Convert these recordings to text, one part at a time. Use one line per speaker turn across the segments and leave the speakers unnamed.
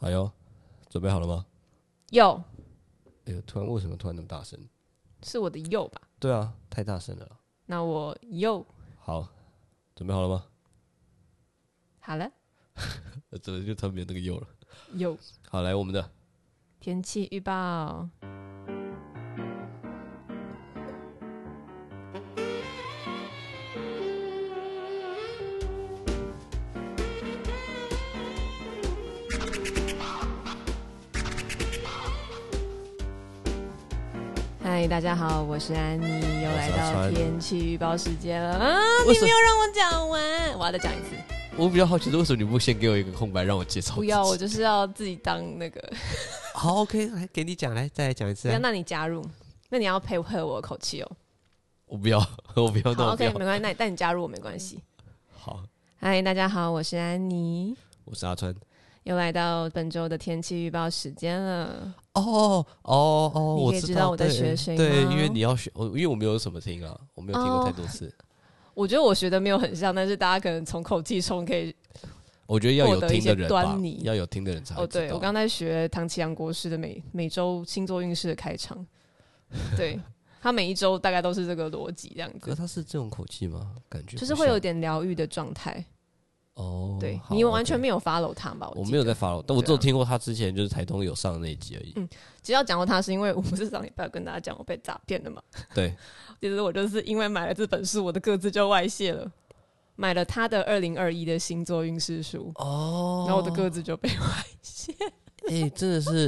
哎呦，准备好了吗？
右
哎呦，突然为什么突然那么大声？
是我的右吧？
对啊，太大声了啦。
那我右
好，准备好了吗？
好了，
呃怎么就特别那个又了？
右
好，来我们的
天气预报。嗨，大家好，我是安妮，又
我是
来
阿
到
川
天气预报时间了啊！
为
你
什么
没有让我讲完，我要再讲一次。
我比较好奇是为什么你不先给我一个空白让我介绍自己？
不要，我就是要自己当 那个。
好 OK，来给你讲，来再来讲一次啊
不要，。那你加入，那你要配合我的口气哦。
我不要， 我不要，那我
好
不
，OK，
要。
没关系，那你但你加入我没关系。
好，
嗨，大家好，我是安妮，
我是阿川。
又来到本周的天气预报时间了。
哦哦哦，
你
我
可以
知
知
道
道我在
对
学谁
对，
吗
因为你要学，我因为我没有什么听啊，我没有听过
哦
太多次。
我觉得我学的没有很像，但是大家可能从口气中可以。
我觉得要有
获得一
听
些
的人吧
端倪，
要有听的人才会
哦，
知道。
对我刚才学唐奇阳国师的每每周星座运势的开 场，对他每一周大概都是这个逻辑这样
可是
子，
他是这种口气吗？感觉
就是
不
会有
像
点疗愈的状态。
哦，
对
好
你完全
OK
没有 follow 他吧？
我
记
没有
得
在发了，但我
对啊嗯
只有听过他之前就是台东有上的那一集而已。
只要讲过他，是因为我不是上礼拜有跟大家讲我被诈骗了嘛？
对，
其实我就是因为买了这本书，我的个资就外泄了，买了他的二零二一的星座运势书，
哦
然后我的个资就被外泄，
哎、真的是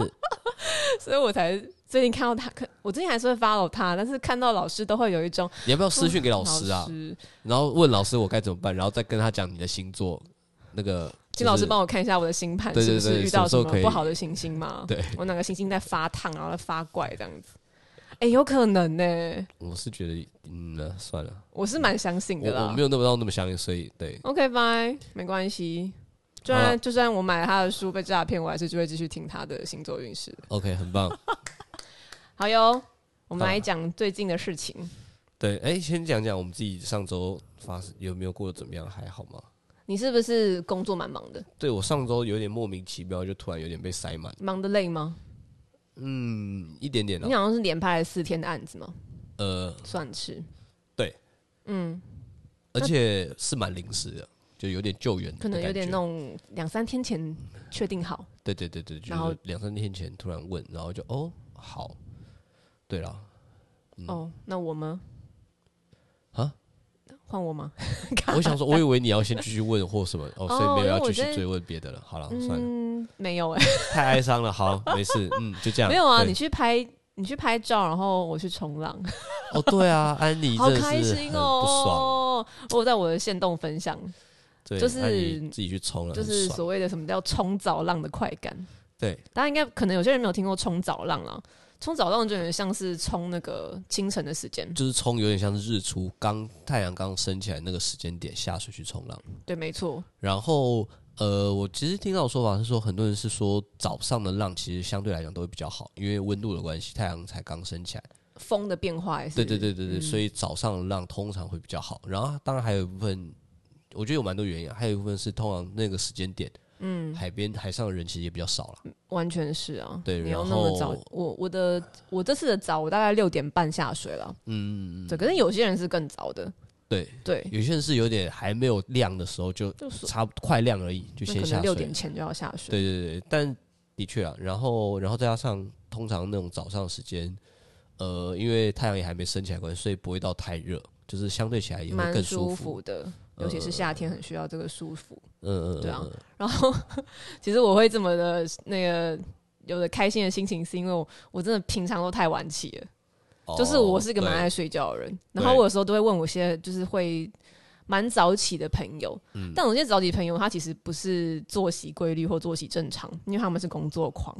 所以我才最近看到他，可我之前还是会 follow 他，但是看到老师都会有一种
你要不要私讯给老 师啊？然后问老师我该怎么办，然后再跟他讲你的星座那个、就是。
请老师帮我看一下我的星盘
对
是
对
不是
对什
遇到什
么时候
么
可以
不好的行星吗？
对，
我哪个行星在发烫，然后在发怪这样子？哎、有可能呢、
我是觉得嗯、呃算了，
我是蛮相信
我
的啦。
我没有那么到那么相信，所以对
OK，拜，没关系。就
好
算
了
就算我买了他的书被诈骗，我还是就会继续听他的星座运势。
OK 很棒。
好哟，我们
好
来讲最近的事情。
对，哎、先讲讲我们自己上周发生有没有过得怎么样，还好吗？
你是不是工作蛮忙的？
对我上周有点莫名其妙，就突然有点被塞满，
忙得累吗？
嗯，一点点了
你。好像是连拍了四天的案子吗？
呃，
算是。
对，
嗯，
而且是蛮临时的，就有点救援的
可能有
感
点
觉
那种两三天前确定好，
对对对对，就
然后
是两三天前突然问，然后就哦好，对 了，嗯
哦，那我吗？
啊，
换我吗？
我想说，我以为你要先继续问或什么，哦，所以没有要继续追问别的了。好了，算了，
嗯，没有哎、
太哀伤了。 好，没事，嗯，就这样。
没有啊，
对
你去拍。你去拍照，然后我去冲浪，
哦，对 啊，安妮
好
真的
开
是很
心
不爽，
哦！我有在我的线动分享，
对，
就是
安妮自己去冲了，
就
很
是
爽
所谓的什么叫冲澡浪的快感。
对
大家应该可能有些人没有听过冲澡浪啦，冲澡浪就有点像是冲那个清晨的时间，
就是冲，有点像是日出刚太阳刚升起来那个时间点下水去冲浪。
对，没错，
然后呃，我其实听到的说法是说，很多人是说早上的浪其实相对来讲都会比较好，因为温度的关系，太阳才刚升起来。
风的变化也是，
对对对对对，
嗯
所以早上的浪通常会比较好。然后当然还有一部分，我觉得有蛮多原因啊，还有一部分是通常那个时间点，嗯，海边海上的人其实也比较少了。
完全是啊，
对
你要
然
那么
后
早，我我的我这次的早，我大概六点半下水了，
嗯，
对，可是有些人是更早的，
对，
对，
有些人是有点还没有亮的时候就
就是
差不快亮而已，就
那
先
可
下水
能六
了。
点前就要下水，
对对对，但的确啊，然后然后再加上通常那种早上时间，呃，因为太阳也还没升起来关系，所以不会到太热，就是相对起来也会
蛮
更
舒
服。呃
服的，尤其是夏天很需要这个舒服。
嗯嗯，
对啊
嗯嗯
然后其实我会这么的那个有的开心的心情，是因为我我真的平常都太晚起了，
哦
就是我是一个蛮
对
爱睡觉的人，
对
然后我有时候都会问我一些就是会蛮早起的朋友，
嗯
但我这些早起朋友他其实不是作息规律或作息正常，因为他们是工作狂，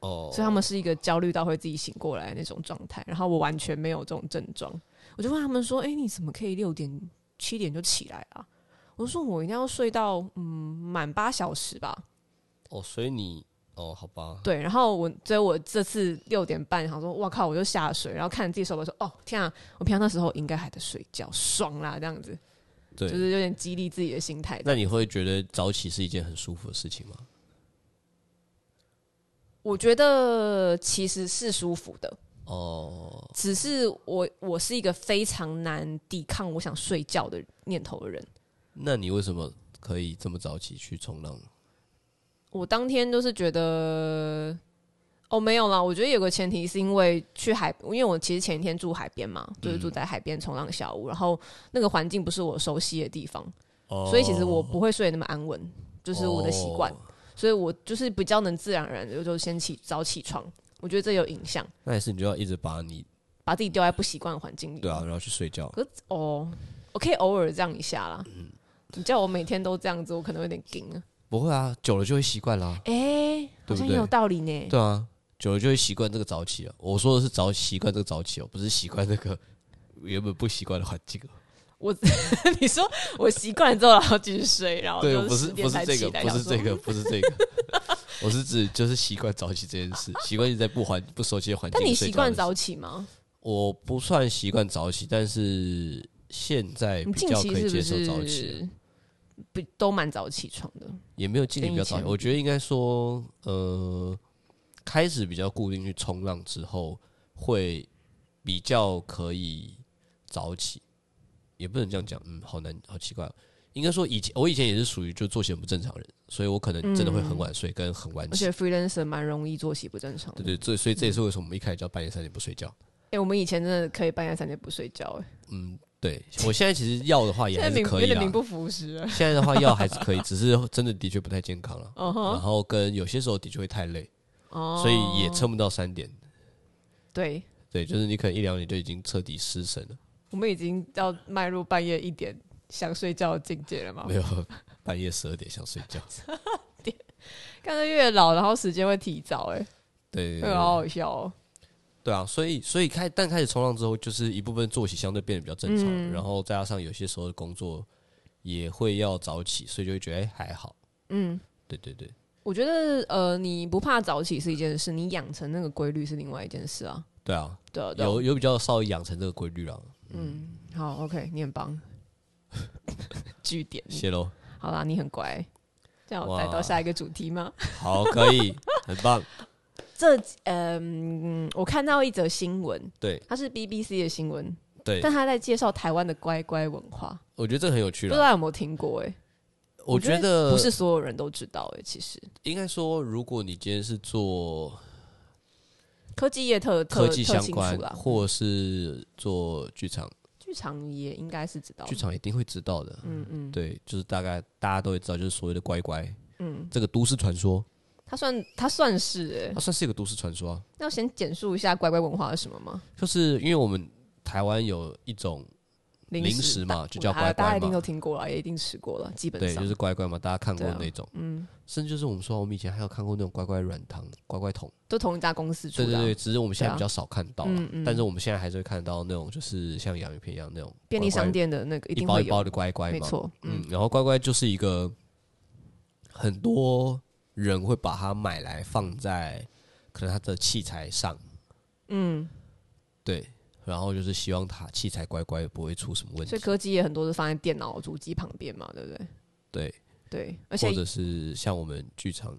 哦，
所以他们是一个焦虑到会自己醒过来的那种状态，然后我完全没有这种症状，我就问他们说：“哎、你怎么可以六点七点就起来啊？”我说：“我一定要睡到嗯满八小时吧。”
哦，所以你哦，好吧，
对，然后我，所以我这次六点半想说，哇靠，我就下水，然后看自己手表说，哦天啊，我平常那时候应该还在睡觉，爽啦，这样子，
对，
就是有点激励自己的心态。
那你会觉得早起是一件很舒服的事情吗？
我觉得其实是舒服的，
哦，
只是我我是一个非常难抵抗我想睡觉的念头的人。
那你为什么可以这么早起去冲浪？
我当天就是觉得，哦，没有啦。我觉得有个前提是因为去海，因为我其实前一天住海边嘛，就是
嗯
住在海边冲浪小屋，然后那个环境不是我熟悉的地方，
哦
所以其实我不会睡得那么安稳，就是我的习惯，
哦
所以我就是比较能自然而然的就先起早起床。我觉得这有影响，
那也是你就要一直把你
把自己丢在不习惯的环境里。
对啊，然后去睡觉。
可是哦，我可以偶尔这样一下啦。
嗯
你叫我每天都这样子，我可能有点惊啊。
不会啊，久了就会习惯啦。
哎、好
对不
像
对
也有道理呢。
对啊，久了就会习惯这个早起啊。我说的是早习惯这个早起哦，不是习惯这个 原本不习惯的环境哦。
我 你说我习惯了之后，然后继续睡，然后
对，
哦就
不是
10点
不是
才
这个，
起来
不是这，
想说
个，不是这个。 我是指就是习惯早起这件事， 习惯你在不环不熟悉的环境。
但你习惯？早起吗？
我不算习惯早起，但是现在
你
比
近
较
期
可以
是
接
不
受早起了，
是不都蛮早起床的？
也没有近期比较早
跟以
起。
前
我觉得应该说，呃，开始比较固定去冲浪之后，会比较可以早起，也不能这样讲，嗯，好难，好奇怪哦、应该说以前我以前也是属于就作息很不正常的人，所以我可能真的会很晚睡跟很晚
而
起。
且 freelancer 蛮容易作息不正常的。
对对，这所以这也是为什么我们一开始就要半夜三点不睡觉。
哎、我们以前真的可以半夜三点不睡觉、哎，
嗯，对我现在其实要的话也
现
还
在
是
名
可
有
以啊
点
啦
名。不符实了。
现在的话要还是可以，只是真的的确不太健康 了。
嗯
然
哼，
后跟有些时候的确会太累，
哦，
啊所以也撑不到三点。
对，
对，就是你可能一两点就已经彻底失神了，
我们已经要迈入半夜一点想睡觉的境界了嘛
没？有半夜十二点想睡 觉。
看着越老，然后时间会提早、哎，
对对啊
这个
对
好好笑哦、
对啊，所以所以开但开始冲浪之后，就是一部分作息相对变得比较正常，
嗯
然后再加上有些时候的工作也会要早起，所以就会觉得哎、还好。
嗯。
对对对，
我觉得呃，你不怕早起是一件事，你养成那个规律是另外一件事啊。
对啊，
对啊，对啊
有有比较稍微养成这个规律了，
嗯，好，OK，你很 棒，据点，
谢喽。
好啦，你很乖。这样我
哇
带到下一个主题吗？
好，可以，很棒。
这嗯，我看到一则新闻，
对
它是 BBC 的新闻，
对
但，他在介绍台湾的乖乖文化，
我觉得这个很有
不
趣
知
了。
道有没有听过、欸？哎，
我觉得
不是所有人都知道、欸，哎，其实
应该说，如果你今天是做
科技业特特
科技
特
相
清
关
楚，啦，
或是做剧场，
剧场也应该是知道的，
剧场一定会知道的。
嗯嗯
对，就是大概大家都会知道，就是所谓的乖乖，
嗯，
这个都市传说，
他算他算是哎、欸
它算是一个都市传说啊。
那要先简述一下乖乖文化是什么吗？
就是因为我们台湾有一种零食嘛，就叫乖
大家
乖
一定都
嘛，
听过了，也一定吃过了，基本
对，
上
就是乖乖嘛，大家看过
对啊
那种，
嗯，
甚至就是我们说我们以前还有看过那种乖乖软糖、乖乖桶。
都同一家公司出
对
的
对
啊、
对，只是我们现在
对啊
比较少看到了，
嗯嗯
但是我们现在还是会看到那种就是像洋芋片一样那种
便利商
乖乖
店的那个一
一
定
包
会
一
有，
包的乖乖嘛，
没错，
嗯
嗯，，
然后乖乖就是一个很多人会把它买来放在可能它的器材上，
嗯，
对，然后就是希望它器材乖乖不会出什么问
所
题
以，科技也很多是放在电脑主机旁边嘛，对不对？
对，
对，而且
或者是像我们剧场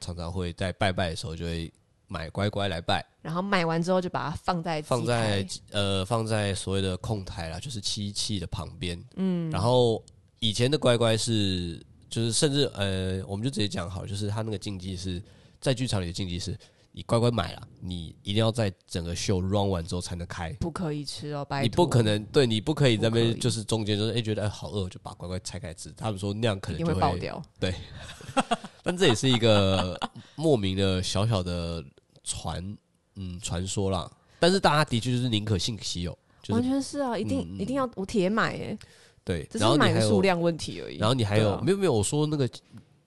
常常会在拜拜的时候就会买乖乖来拜，
然后买完之后就把它放在
放
机
在
台
呃放在所谓的控台啦，就是漆器的旁边。嗯，然后以前的乖乖是就是甚至呃，我们就直接讲好了，就是他那个禁忌是在剧场里的禁忌是，你乖乖买了，你一定要在整个秀 run 完之后才能开。
不可以吃哦，拜
你不
托
可能对你不可以在那
不可
边
以
就是中间就是哎、诶觉得哎、好饿就把乖乖拆开吃，他们说那样可
一
能
定
就
会
会
爆，掉，
但这也是一个 莫名的小小的传嗯传说啦。但是大家的确就是宁可信其有，就是
完全是啊，一定、
嗯
一定要我铁买哎、
对，
只
然后
是
你
买
还
的
有
数量问题而已。
然后你还有、
对啊
没有没有？我说那个，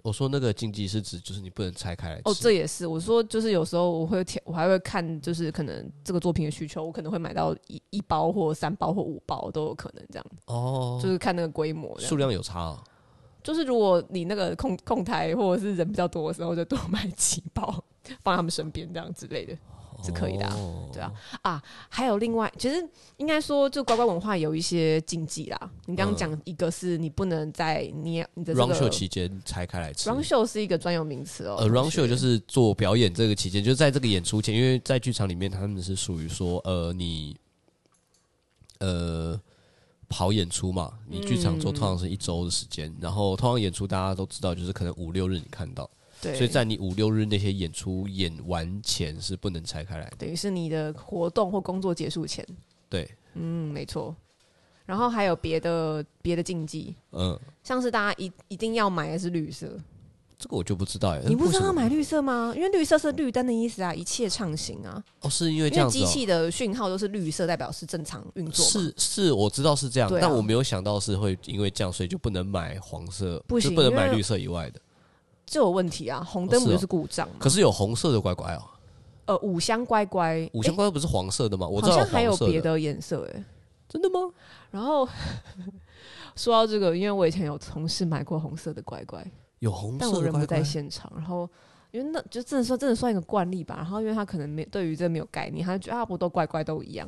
我说那个禁忌是指就是你不能拆开来吃。
哦，这也是我说，就是有时候我会挑，我还会看，就是可能这个作品的需求，我可能会买到一一包或三包或五包都有可能这样，
哦，
就是看那个规模这
数
样。
量有差啊。
就是如果你那个控 控台或者是人比较多的时候，就多买几包放在他们身边这样之类的。是可以的啊、
哦
对啊，啊，还有另外，其实应该说，就乖乖文化有一些禁忌啦。你刚刚讲一个是你不能在你你的这
run
个
嗯 show 期间拆开来吃。
run show 是一个专有名词哦。
呃，run show 就是是做表演这个期间，就在这个演出前，因为在剧场里面他们是属于说，呃，你呃跑演出嘛，你剧场
嗯
做通常是一周的时间，然后通常演出大家都知道，就是可能五六日你看到，
对，
所以在你五六日那些演出演完前是不能拆开来的。
等于是你的活动或工作结束前，
对，
嗯，没错。然后还有别的别的禁忌，
嗯、
像是大家一一定要买的是绿色，
这个我就不知道哎、
你不
为
知道
什
要
么
买绿色吗？因为绿色是绿灯的意思啊，一切畅行啊。
哦，是因为这
因为
样子、
机
哦。
器的讯号都是绿色，代表是正常运作嘛。
是是，我知道是这样，
对啊
但我没有想到是会因为这样，所以就不能买黄色，
不行
就不能买
因为
绿色以外的。
就有问题啊，红灯
哦是
不
哦
就是故障吗？
可是有红色的乖乖哦，
呃，五香乖乖，
五香乖乖不是黄色的吗？我
诶
知
好
道
像还有
黄色
别，的颜色哎、
真的吗？
然后 说到这个，因为我以前有同事买过红色的乖乖，
有红
但我
色的
人不
乖
在
乖，
现场，然后。因为那就真的算真的算一个惯例吧，然后因为他可能没对于这没有概念，他就觉得啊不都乖乖都一样，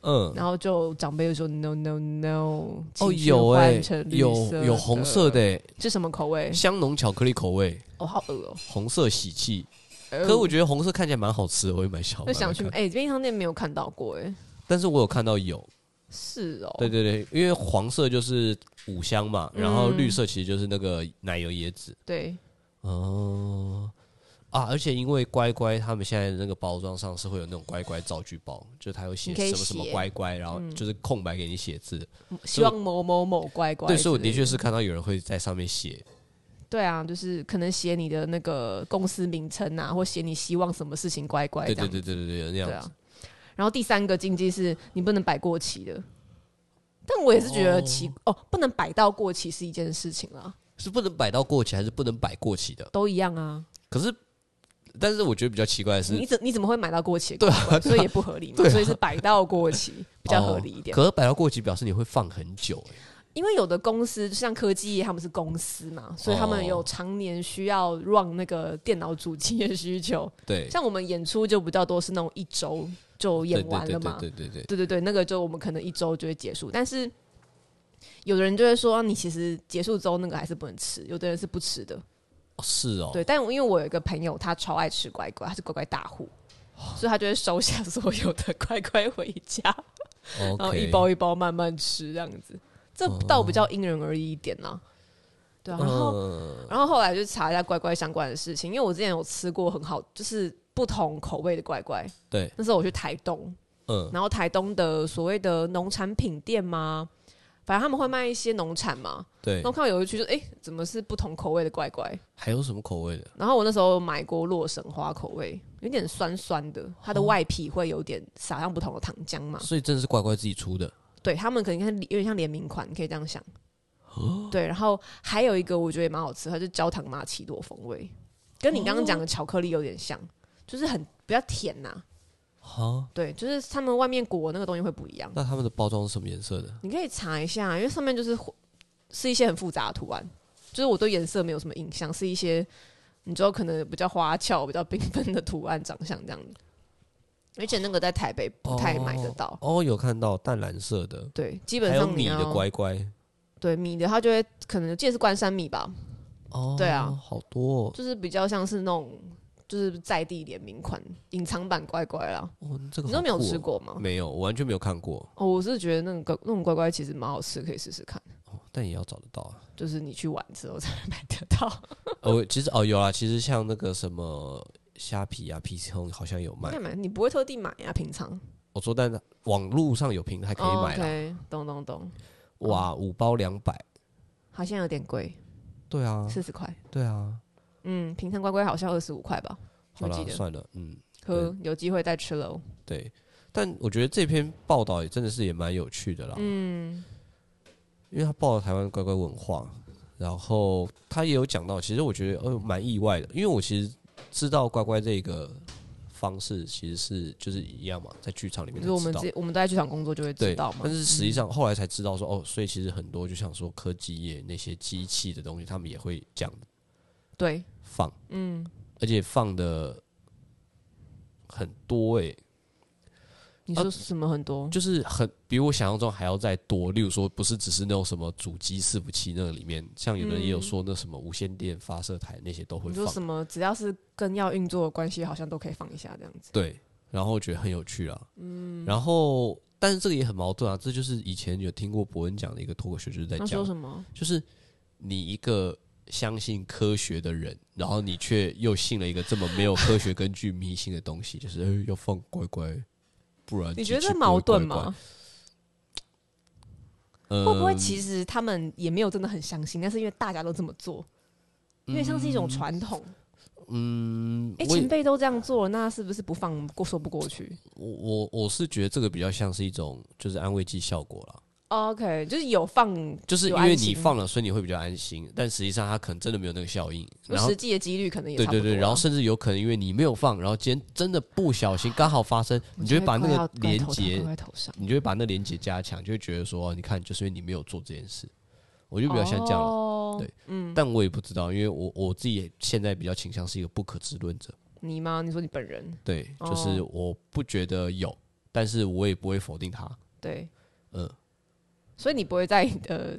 嗯，
然后就长辈就说 no no no，
哦
请去
有哎
换成，绿
有
色
有红色的欸
是什么口味？
香浓巧克力口味，
哦好恶哦、
红色喜气。
可
可我觉得红色看起来蛮好吃的，我会买小。
就想去
买来看
哎、便利商店没有看到过哎、
但是我有看到有，
是哦、
对对对，因为黄色就是五香嘛，然后绿色其实就是那个奶油椰子。
对
哦啊！而且因为乖乖他们现在的那个包装上是会有那种乖乖造句包，就它有写
你可以
什么什么
写
乖乖，然后就是空白给你写字。
希望某某某乖乖之类。
嗯对，所以我的确是看到有人会在上面写，
对啊，就是可能写你的那个公司名称啊，或写你希望什么事情乖乖这
对
样
对。对对对对，那
对
样子
啊。然后第三个禁忌是你不能摆过期的，但我也是觉得奇哦不能摆到过期是一件事情啦，
是不能摆到过期，还是不能摆过期的？
都一样啊。
可是，但是我觉得比较奇怪的是
你，怎你怎么会买到过期 的
对
乖
啊
乖？所以也不合理嘛。
对啊哦
所以是摆到过期 比较合理一点。
可是摆到过期表示你会放很久、欸
因为有的公司就像科技业，他们是公司嘛，所以他们有常年需要 run 那个电脑主机的需求。
对，
像我们演出就比较多是那种一周就
对
演
对
完
对
了
对
嘛，
对对对，
对对对，那个就我们可能一周就会结束，但是有的人就会说，啊你其实结束之后那个还是不能吃，有的人是不吃的，
哦是哦，
对。但我因为我有一个朋友，他超爱吃乖乖，他是乖乖大户，
哦
所以他就会收下所有的乖乖回家，然后
OK，
一包一包慢慢吃这样子，这倒比较因人而异一点啦。对啊，然后
嗯
然后后来就查一下乖乖相关的事情，因为我之前有吃过很好，就是不同口味的乖乖。
对，
那时候我去台东，
嗯
然后台东的所谓的农产品店嘛，反正他们会卖一些农产嘛。
对
然后，看到有一区就哎、诶怎么是不同口味的乖乖？
还有什么口味的？
然后我那时候买过洛神花口味，有点酸酸的，它的外皮会有点撒上不同的糖浆嘛。
所以真的是乖乖自己出的。
对他们可能看有点像联名款，你可以这样想。
哦
对，然后还有一个我觉得也蛮好吃，它就焦糖玛奇朵风味，跟你刚刚讲的巧克力有点像，就是很比较甜呐、
好，
对，就是他们外面裹那个东西会不一样。
那他们的包装是什么颜色的？
你可以查一下，因为上面就是是一些很复杂的图案，就是我对颜色没有什么印象，是一些你知道可能比较花俏、比较缤纷的图案长相这样子。而且那个在台北不太买得到，
哦，有看到淡蓝色的，
对，基本
还有
上
米
要
的乖乖。
对米的，它就会可能记得是关山米吧，
哦，
对啊
好多哦，
就是比较像是那种就是在地联名款隐藏版乖乖啦。
哦这个
你都没有
好酷哦
吃？过吗？
没有，我完全没有看过，
哦，我是觉得那个那种乖乖其实蛮好吃，可以试试看。
哦但也要找得到啊。
就是你去玩之后才能买得到，
哦，其实哦有啦，其实像那个什么虾皮啊、PC Home 好像有卖
干。嘛？你不会特地买呀、平常
我说，但网络上有平台可以买啦。
o k 哦懂懂懂，
哇，五包两百。
好像有点贵，
对啊，
四十块。
对啊。
嗯，平常乖乖好像二十五块吧，
好
我
啦
记，得。
算了，嗯，
呵，有机会再吃喽。
对。但我觉得这篇报道也真的是也蛮有趣的啦。
嗯，
因为他报了台湾乖乖文化，然后他也有讲到，其实我觉得呃蛮意外的，因为我其实知道乖乖这个方式其实是就是一样嘛，在剧场里面才
就是我
知
们
道
自，我们都在剧场工作就会知
对
道，嘛嗯
但。是实际上后来才知道说哦，所以其实很多就像说科技业那些机器的东西，他们也会这样
对，
放，嗯，而且放的很多诶、
你说什么很多？
啊就是很比我想象中还要再多。例如说，不是只是那种什么主机伺服器那个里面，像有的人也有说那什么无线电发射台那些都会
你说
放
什。么？只要是跟要运作有关系，好像都可以放一下这样子。
对，然后觉得很有趣啦。嗯，然后但是这个也很矛盾啊，这就是以前有听过伯恩讲的一个脱口秀，就是在
他
讲
啊说，什么？
就是你一个相信科学的人，然后你却又信了一个这么没有科学根据、迷信的东西，就是、哎要放乖乖，不然
你
机
觉得
器
这
不会
矛盾
乖乖
吗？？
呃，
会不会其实他们也没有真的很相信，但是因为大家都这么做，因为像是一种传统。
嗯，
哎、
我也
前辈都这样做，那是不是不放过说不过去
我我我是觉得这个比较像是一种就是安慰剂效果啦，
哦？OK，就是有放
就是因
有
为
安
你
心
放了，所以你会比较安心，但实际上它可能真的没有那个效应。然后
实际的几率可能也
对
差不多
对
啊。
对，然后甚至有可能因为你没有放，然后今天真的不小心刚好发生，你就会把那个连接，
在头上，
你就会把那连接加强，就会觉得说，你看，就是因为你没有做这件事，我就比较像这样了。
哦
对但我也不知道，因为我我自己现在比较倾向是一个不可知论者，
你吗？你说你本人
对，就是
哦
我不觉得有，但是我也不会否定它。
对，
嗯，
所以你不会在你的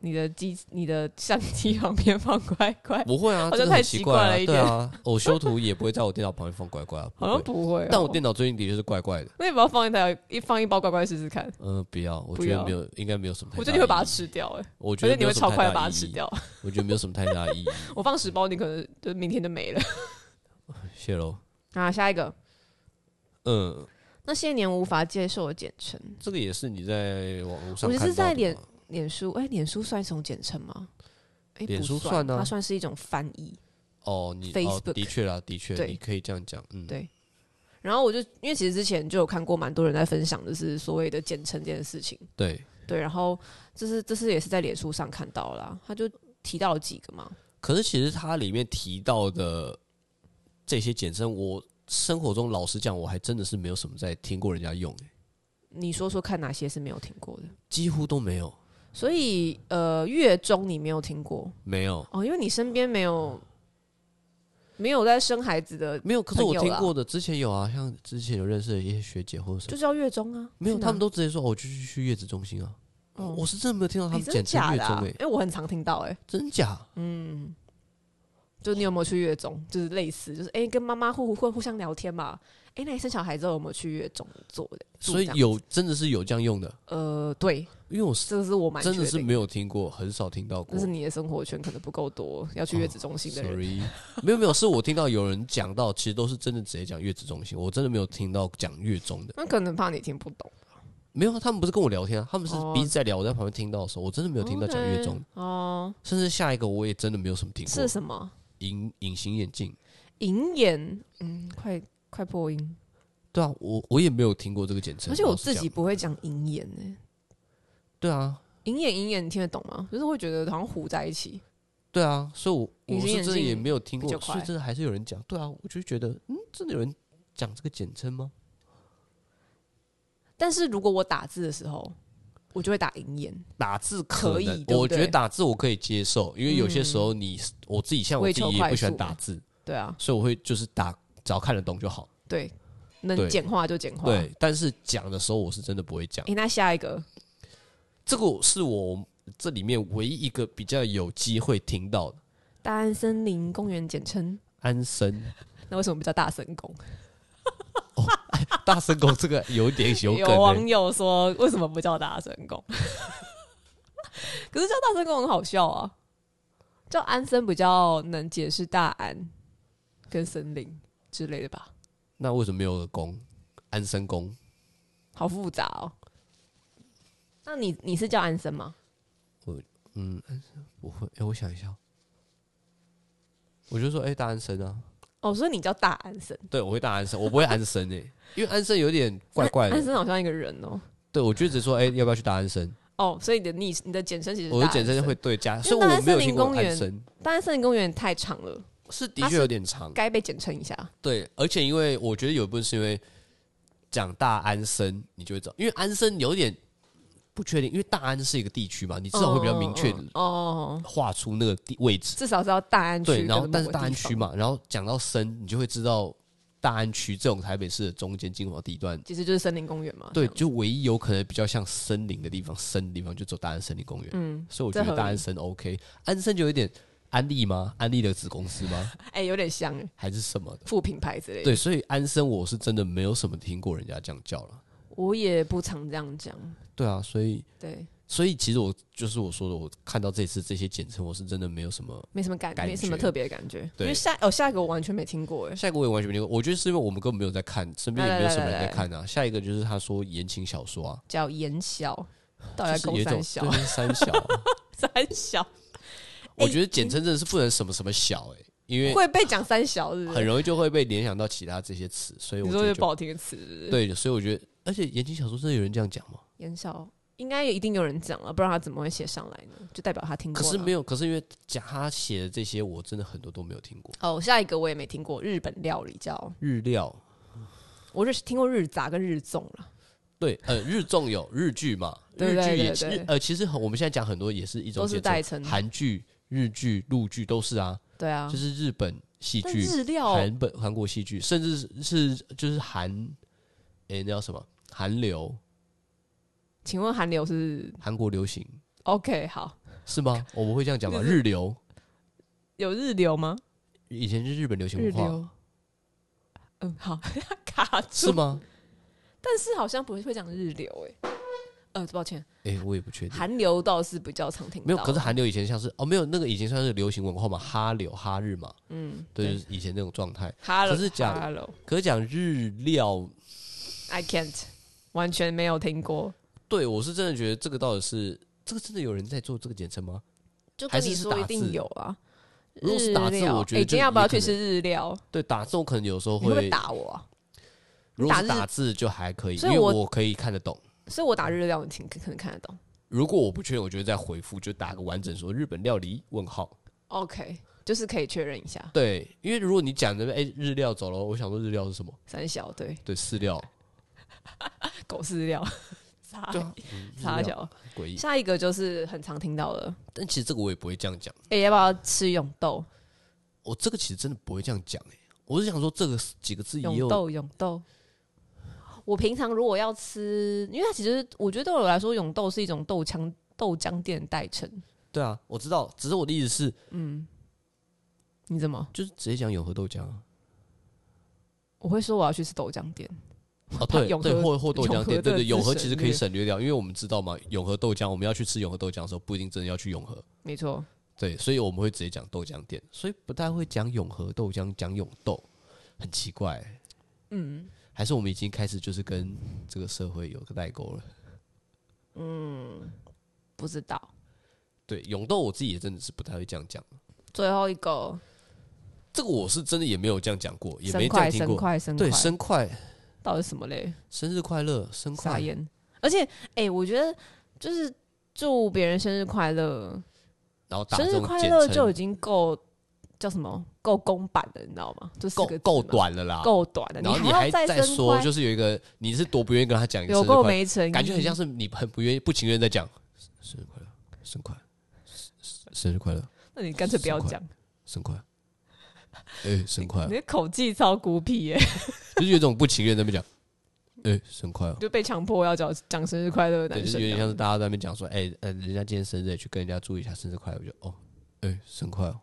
你的机、你的相机旁边放乖 乖，
不会啊，
好像
这个
太
很
奇
奇
怪
啊
了一
对
点
啊，我修图也不会在我电脑旁边放乖乖啊，不
好像
会。
不会哦、
但我电脑最近的确是怪怪的，
那你不要放一台一放一包乖乖试试看，
嗯，不要，我
不
觉得
要
没有，应该没有什么太大。
我觉得你会把它，吃掉、哎，
我觉
而且
得
你
没有
会
什么
超
太
快
大
把它
意
吃
义
掉。
我觉得没有什么太大的意义。
我放十包，你可能就明天就没了。
谢喽。
啊，下一个，
嗯，
那些年无法接受的简称，
这个也是你在网络上看到
我
的吗，
是在脸脸书，哎、脸书算一种简称吗？哎、
脸
不
书
算
算啊
它算是一种翻译。
哦，你哦，
Facebook
的确啦，的确，
对
你可以这样讲，嗯，
对然后我就因为其实之前就有看过蛮多人在分享的是所谓的简称这件事情，
对。
对，然后这是这是也是在脸书上看到啦，他就提到了几个嘛，
可是其实它里面提到的这些简称，我生活中老实讲，我还真的是没有什么在听过人家用、欸，
你说说看哪些是没有听过的？
几乎都没有，
所以呃，月中你没有听过
没有。
哦，因为你身边没有没有在生孩子的，
没有，可是我
朋友
听
啦
过的，之前有啊，像之前有认识的一些学姐或者什
就
么，
叫月中啊，
没有，
是吗
他们都直接说哦，我去去去月子中心啊，
哦
我是真的没有听到他
哎
们
真的
简称
假
月
的
中欸
啊、
诶、
因为我很常听到哎、
真假？
嗯，就你有没有去月中？就是类似，就是哎、跟妈妈互互互相聊天嘛。哎、那你生小孩之后有没有去月中做的？住
所以
这样子
有真的是有这样用的，
呃，对，
因为我是
这个是我蛮
真的
确
是
定
没有听过，很少听到过哦
但是。你的生活圈可能不够多，要去月子中心的人。
Sorry，没有没有，是我听到有人讲到，其实都是真的直接讲月子中心，我真的没有听到讲月中的。
那可能怕你听不懂，
没有啊，他们不是跟我聊天啊，他们是
哦
彼此在聊，我在旁边听到的时候，我真的没有听到讲月中
OK，哦。
甚至下一个我也真的没有什么听过
是。什么？
隐隐形眼镜，
银眼，嗯，快快破音，
对啊，我我也没有听过这个简称。
而且我
老实
自
讲
己不会讲银眼呢、
对啊，
银眼银眼，你听得懂吗？就是会觉得好像糊在一起。
对啊，所以我
隐
我
形
是
眼
真的
镜
也没有听过
比，较
所以
快
真的还是有人讲。对啊，我就觉得，嗯，真的有人讲这个简称吗？
但是如果我打字的时候，我就会打银眼，
打字可
可以
能，
对不
我觉得
对
打字我可以接受，因为有些时候你、我自己像我
为
自
求
己也
快
不喜欢
速
打
嘛
字，
对啊，
所以我会就是打只要看得懂就好。
对，
对
能简化就简化。
对，但是讲的时候我是真的不会讲
诶，。那下一个
这个是我这里面唯一一个比较有机会听到的
大安森林公园简称，
安生
那为什么不叫大神宫？
大神狗，这个有点有梗、欸
网。友说为什么不叫大神宫？ 可是叫大神宫很好笑啊，叫安森比较能解释大安跟森林之类的吧，
那为什么没有个公？安生公？
好复杂哦。那你你是叫安森吗？
嗯，安生不会。哎、我想一下，我就说，哎、大安生啊，
哦，所以你叫大安森，
对我会大安生，我不会安生哎、 因为安生有点怪怪的
安。森好像一个人哦。
对，我就只说，哎、要不要去打安生？
哦，所以你的昵你的简称其实是
我的
大
简
安
称
森
会对加，
因为
所以
大
我
安
没有
森
听
林
过
公
安
园
生，
大安森林公园太长了，
是的
它
确
是
有点长。
该被简称一下。
对，而且因为我觉得有一部分是因为讲大安生，你就会知道，因为安生有点不确定，因为大安是一个地区嘛，你至少会比较明确
嗯嗯嗯哦，
画出那个地位置。
至少知道大安区
对，
跟某个地
然后但
方。
是大安区嘛，然后讲到生，你就会知道大安区这种台北市的中间精华地段，
其实就是森林公园嘛。
对，
这样，
就唯一有可能比较像森林的地方，森林地方就走大安森林公园。
嗯，
所以我觉
这合
得
理
大安森 OK，安森就有点安利吗？安利的子公司吗？
哎、有点像哎
还是什么的？
副品牌之类的。
对，所以安森我是真的没有什么听过人家这样叫了。
我也不常这样讲。
对啊，所以
对，
所以其实我就是我说的，我看到这次这些简称，我是真的没有什么。
没什么感，
感觉
没什么特别的感觉。因
对
为下哦，下一个我完全没听过哎。
下一个我也完全没听过，我觉得是因为我们根本没有在看，身边也没有什么人在看啊。下一个就是他说言情小说啊，
叫言小，到
就
底在
是有
勾
一种
三小
对，就是三小啊、
三小
我觉得简称真的是不能什么什么小哎、因为
会被讲三小是不
很
是？
容易就会被联想到其他这些词，所以我
你
觉
说
得
有不
就
好听的词是不是？
对，所以我觉得，而且言情小说真的有人这样讲吗？
言小应该也一定有人讲了，不然他怎么会写上来呢？就代表他听过
可
了。
是没有，可是因为讲他写的这些，我真的很多都没有听过。
哦，下一个我也没听过，日本料理叫
日料
我是听过日杂跟日粽了。
对，呃，日综有 日剧嘛，
对对
日剧也
对
其
对
日呃，其实很我们现在讲很多也是一种
都是
简
代称
韩剧、日剧、陆剧都是啊，
对啊，
就是日本戏
但
剧、
日哦料
韩本韩国戏剧，甚至是是就是韩，诶、那叫什么？韩流、
请问韩流是
韩国流行
OK 好？
是吗？我们会这样讲吗？
就是
日流
有日流吗？
以前是日本流行
日
文化
流，嗯，好， 卡
是
住。
吗？
但是好像不会讲日流哎、呃，抱歉，
诶、我也不确定。
韩流倒是比较常听到。
没有，可是韩流以前像是哦，没有那个以前算是流行文化嘛，哈流哈日嘛，
嗯，
对，就是以前那种状态。
，Hello，
可是讲
Hello，I
可是讲日料，
can't，完全没有听过。
对我是真的觉得这个到底是这个真的有人在做这个简称吗？
就跟
还是
你
是
说
打
一定
字
有啊。
如果是打字
日料
我觉
哎
得就
今天要不要
也可
去
能
吃日料？
对，打字我可能有时候
你会不会打我啊？
如果
打日
是打字就还可以，
所
因
以
为
我
我可以看得懂。
所以我打日料，你听可能看得懂。
如果我不确定，我就会再回复，就打个完整说日本料理问号。
OK，就是可以确认一下。
对，因为如果你讲的哎、日料走了，我想说日料是什么？
三小对，
对，饲料，
狗饲料，傻
对啊，嗯日
傻
料
小。
诡异。
下一个就是很常听到的，
但其实这个我也不会这样讲，
哎、要不要吃永豆？
我这个其实真的不会这样讲哎、我是想说这个几个字也
永
有
豆，永豆。我平常如果要吃，因为它其实我觉得对我来说，永豆是一种豆浆豆浆店的代称。
对啊，我知道，只是我的意思是，
你怎么？
就是直接讲永和豆浆啊，
我会说我要去吃豆浆店。
哦
怕
对
永和
对，或或豆
永
浆
和
店，对
的
对，永
自
和
省
其实可以
略
省略掉，因为我们知道嘛，永和豆浆，我们要去吃永和豆浆的时候，不一定真的要去永和，
没错，
对，所以我们会直接讲豆浆店，所以不太会讲永和豆浆，讲永豆，很奇怪、
嗯，
还是我们已经开始就是跟这个社会有个代沟了。
不知道。
对，永豆我自己也真的是不太会这样讲，
最后一个
这个我是真的也没有这样讲过，也
生
没这样
快
听
生
过。
快生快，
对，生快，
到底什么嘞？
生日快乐，生
傻
快，
眼。而且，哎、我觉得就是祝别人生日快乐，
然后打
生
这
日
种
快
简
乐
称
就已经够叫什么够公版了，你知道吗？就四
够
个字
够
嘛，
短了啦。
够短的。
然后
你
还
要再
再
生
说，
快
就是有一个你是多不愿意跟他讲一个
有
生日快
够
乐，
没诚意，
感觉很像是你很不愿意、不情愿在讲生日快乐，生日快乐，生生日快乐，
那你干脆不要
生日快
讲，
生日快乐，哎，生日快乐
你，的口技超孤僻耶、
就是有一种不情愿在那边讲，哎，生日快乐，
就被强迫要讲讲生日快乐的
对，
男
就是
生
有
这
点像是
样。
大家在那边讲说，哎、呃，人家今天生日，去跟人家祝一下生日快乐，我就哦，哎、生日快乐，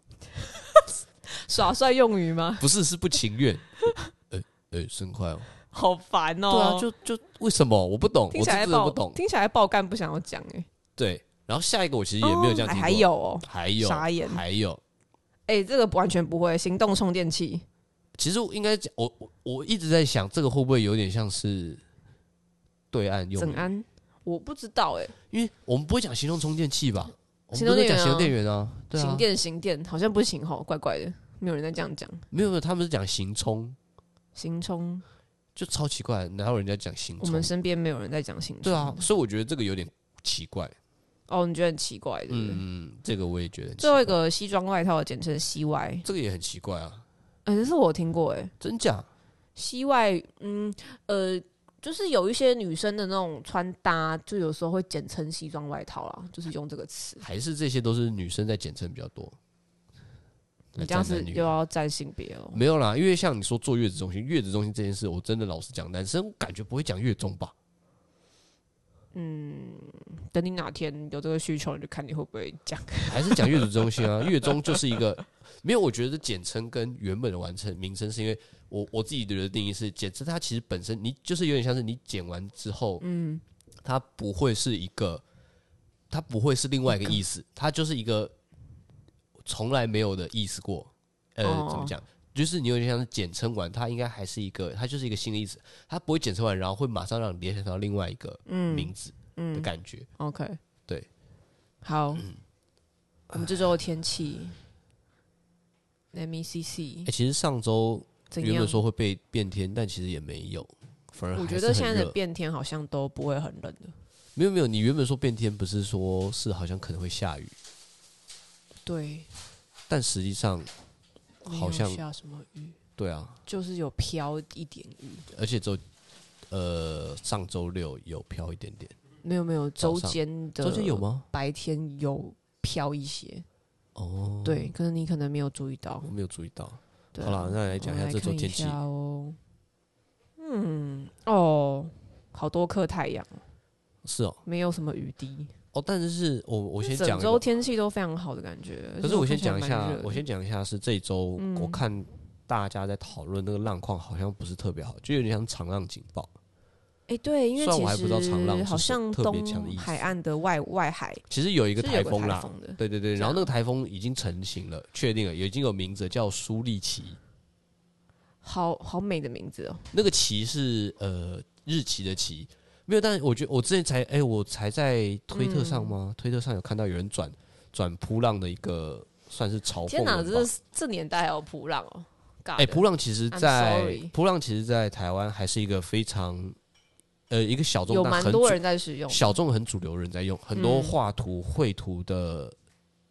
耍帅用语吗？
不是是不情愿， 哎、哎、生日快乐，
好烦哦、
对啊，就就为什么我不懂，
听
我
起
是
来
真的
爆
不懂，
听起来爆干不想要讲哎、
对，然后下一个我其实也没有这样
哦
听过，
还有哦、
还有
傻眼
还有，
哎、这个完全不会，行动充电器。
其实我应该讲，我我我一直在想，这个会不会有点像是对岸用
整
的，
安，我不知道哎、
因为我们不会讲行动充电器吧，我
行
们都
动
在
电
讲
源
行动
啊
电源啊，对
行
啊，
电行电好像不行吼，怪怪的，没有人在这样讲。
没有没有，他们是讲行充，
行充，
就超奇怪，哪有人家讲行
我
充
们？身边没有人在讲行充。
对啊，，所以我觉得这个有点奇怪。
哦，你觉得很奇怪，对不对？
嗯，这个我也觉得很奇怪。
最后一个西装外套简称西外，
这个也很奇怪啊，
哎、这是我听过哎、
真假？
西外，嗯，呃，就是有一些女生的那种穿搭，就有时候会简称西装外套啦，就是用这个词。
还是这些都是女生在简称比较多？
你这样
是
是又要占性别哦。
没有啦，因为像你说坐月子中心，月子中心这件事，我真的老实讲，男生感觉不会讲月中吧？
等你哪天有这个需求，你就看你会不会讲。
还是讲月子中心啊？ 月中就是一个没有，我觉得简称跟原本的完成名称是因为我我自己的定义是简称，它其实本身你就是有点像是你剪完之后，嗯，它不会是一个，它不会是另外一个意思，它就是一个从来没有的意思过。呃，
哦
怎么讲？就是你有点像是简称完，它应该还是一个，它就是一个新的意思，它不会简称完，然后会马上让你联想到另外一个名字的感觉。
OK，
对，嗯
好，我们这周的天气，M E C C
欸其实上周
怎
原
样
本？说会被变天，但其实也没有，反而
我
还
觉
是
得
很
现在的
热
变天好像都不会很冷的。
没有没有，你原本说变天不是说是好像可能会下雨，
对，
但实际上
没
好
有
像
下什么雨，
对啊，
就是有飘一点雨。
而且周呃上周六有飘一点点，
没有没有，
早
周
上
间的
周间有？吗？
白天有飘一些，
哦，，
对，可是你可能没有注意到
我。没有注意到。
对
好
啊
啦，那来讲
我
一下
来
这周
看一
天气
下，哦。嗯，哦，好多颗太阳，
是哦
没有什么雨滴。
哦，但是我我先讲
整
一
周
个，
天气都非常好的感觉。
可是我先讲一
而且看起来蛮
下
热，的嗯
我先讲一下是这周我看大家在讨论那个浪况好像不是特别好，就有点像长浪警报。
哎，对，因为
虽然
其
我还不知道长浪
实
是
好像
特别强的意
东
思
海岸的外外海
其实有一
一
个台风啦，
风的，
对对对，
这
然后那个
样
台风已经成型了，确定了，已经有名字叫苏利奇。
好好美的名字哦。
那个“奇”是呃日期的“期”，没有。但是我觉得我之前才哎、我才在推特上吗？
嗯
推特上有看到有人转转扑浪的一个算是嘲讽
天
文
哪，
吧。
这这年代还有普朗哦，尬
哎、
的
扑浪其实
I'm
在
sorry
扑浪其实，在台湾还是一个非常呃一个小众
有
但
蛮
很
多
主
人在使用。
小众很主流人在用，很
嗯
多画图绘图的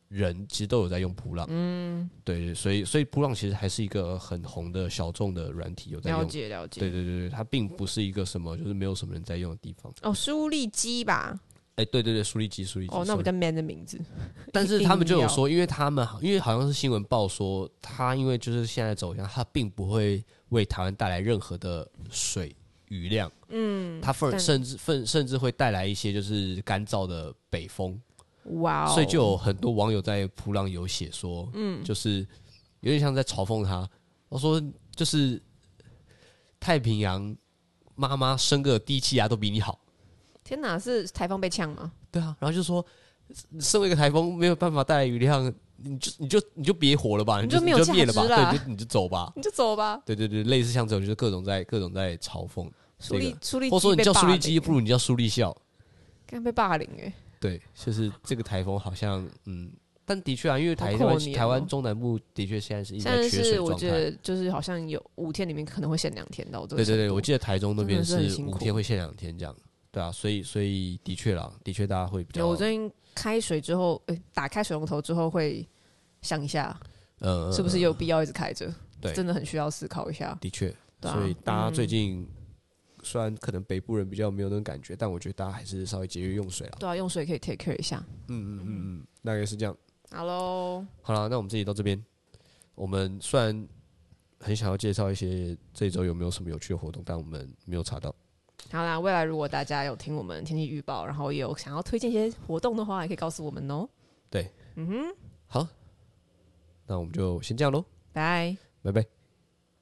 人其实都有在用扑浪。嗯，对，所以所以扑浪其实还是一个很红的小众的软体，有在
了
用。
解了解。
对对对对，它并不是一个什么就是没有什么人在用的地方。
哦，苏力基吧？
哎、对对对，苏力基苏力基。
哦，那
sorry
比较 man 的名字。
但是
一定
他们就有
要
说，因为他们好因为好像是新闻报说，它因为就是现在走向，它并不会为台湾带来任何的水雨量。嗯，它甚
但
甚至甚甚至会带来一些就是干燥的北风。
哇哦！
所以就有很多网友在扑浪有写说，嗯，就是有点像在嘲讽他。我说就是太平洋妈妈生个低气压都比你好，
天哪，是台风被呛吗？
对啊。然后就说，身为一个台风没有办法带来雨量，你就你就你就别活了吧，
你
你
就
就
没有
你就灭了吧，
价值啦
对，你就你就走吧。
你就走吧。
对对对，类似像这种就是各种在各种在嘲讽，
苏力苏力基被霸
或者说
凌，
你叫苏力基，不如你叫苏力笑。
刚被霸凌哎。
对，就是这个台风好像，嗯，但的确啊，因为台
好可
湾
怜哦
台湾中南部的确现在是一直
现
在
在
缺水
是我
状
觉
态。
得就是好像有五天里面可能会限两天到这个
对对
程
对，
度
我记得台中那
真的
边
是很
是
辛
五
苦
天会限两天这样，对啊，所以所以的确啦，的确大家会比
有
较
我最近开水之后，哎、打开水龙头之后会想一下，
呃，
是不是有必要一直开着？
对
真的很需要思考一下。
的确，
对啊
所以大家最近虽然可能北部人比较没有那种感觉，但我觉得大家还是稍微节约用水啦。
对啊，用水可以 take care 一下。
嗯嗯嗯嗯，大概是这样。
好喽，
好了，那我们这集到这边。我们虽然很想要介绍一些这周有没有什么有趣的活动，但我们没有查到。
好啦，未来如果大家有听我们天气预报，然后也有想要推荐一些活动的话，也可以告诉我们哦。
对，嗯哼，好，那我们就先这样喽，
拜。
拜拜。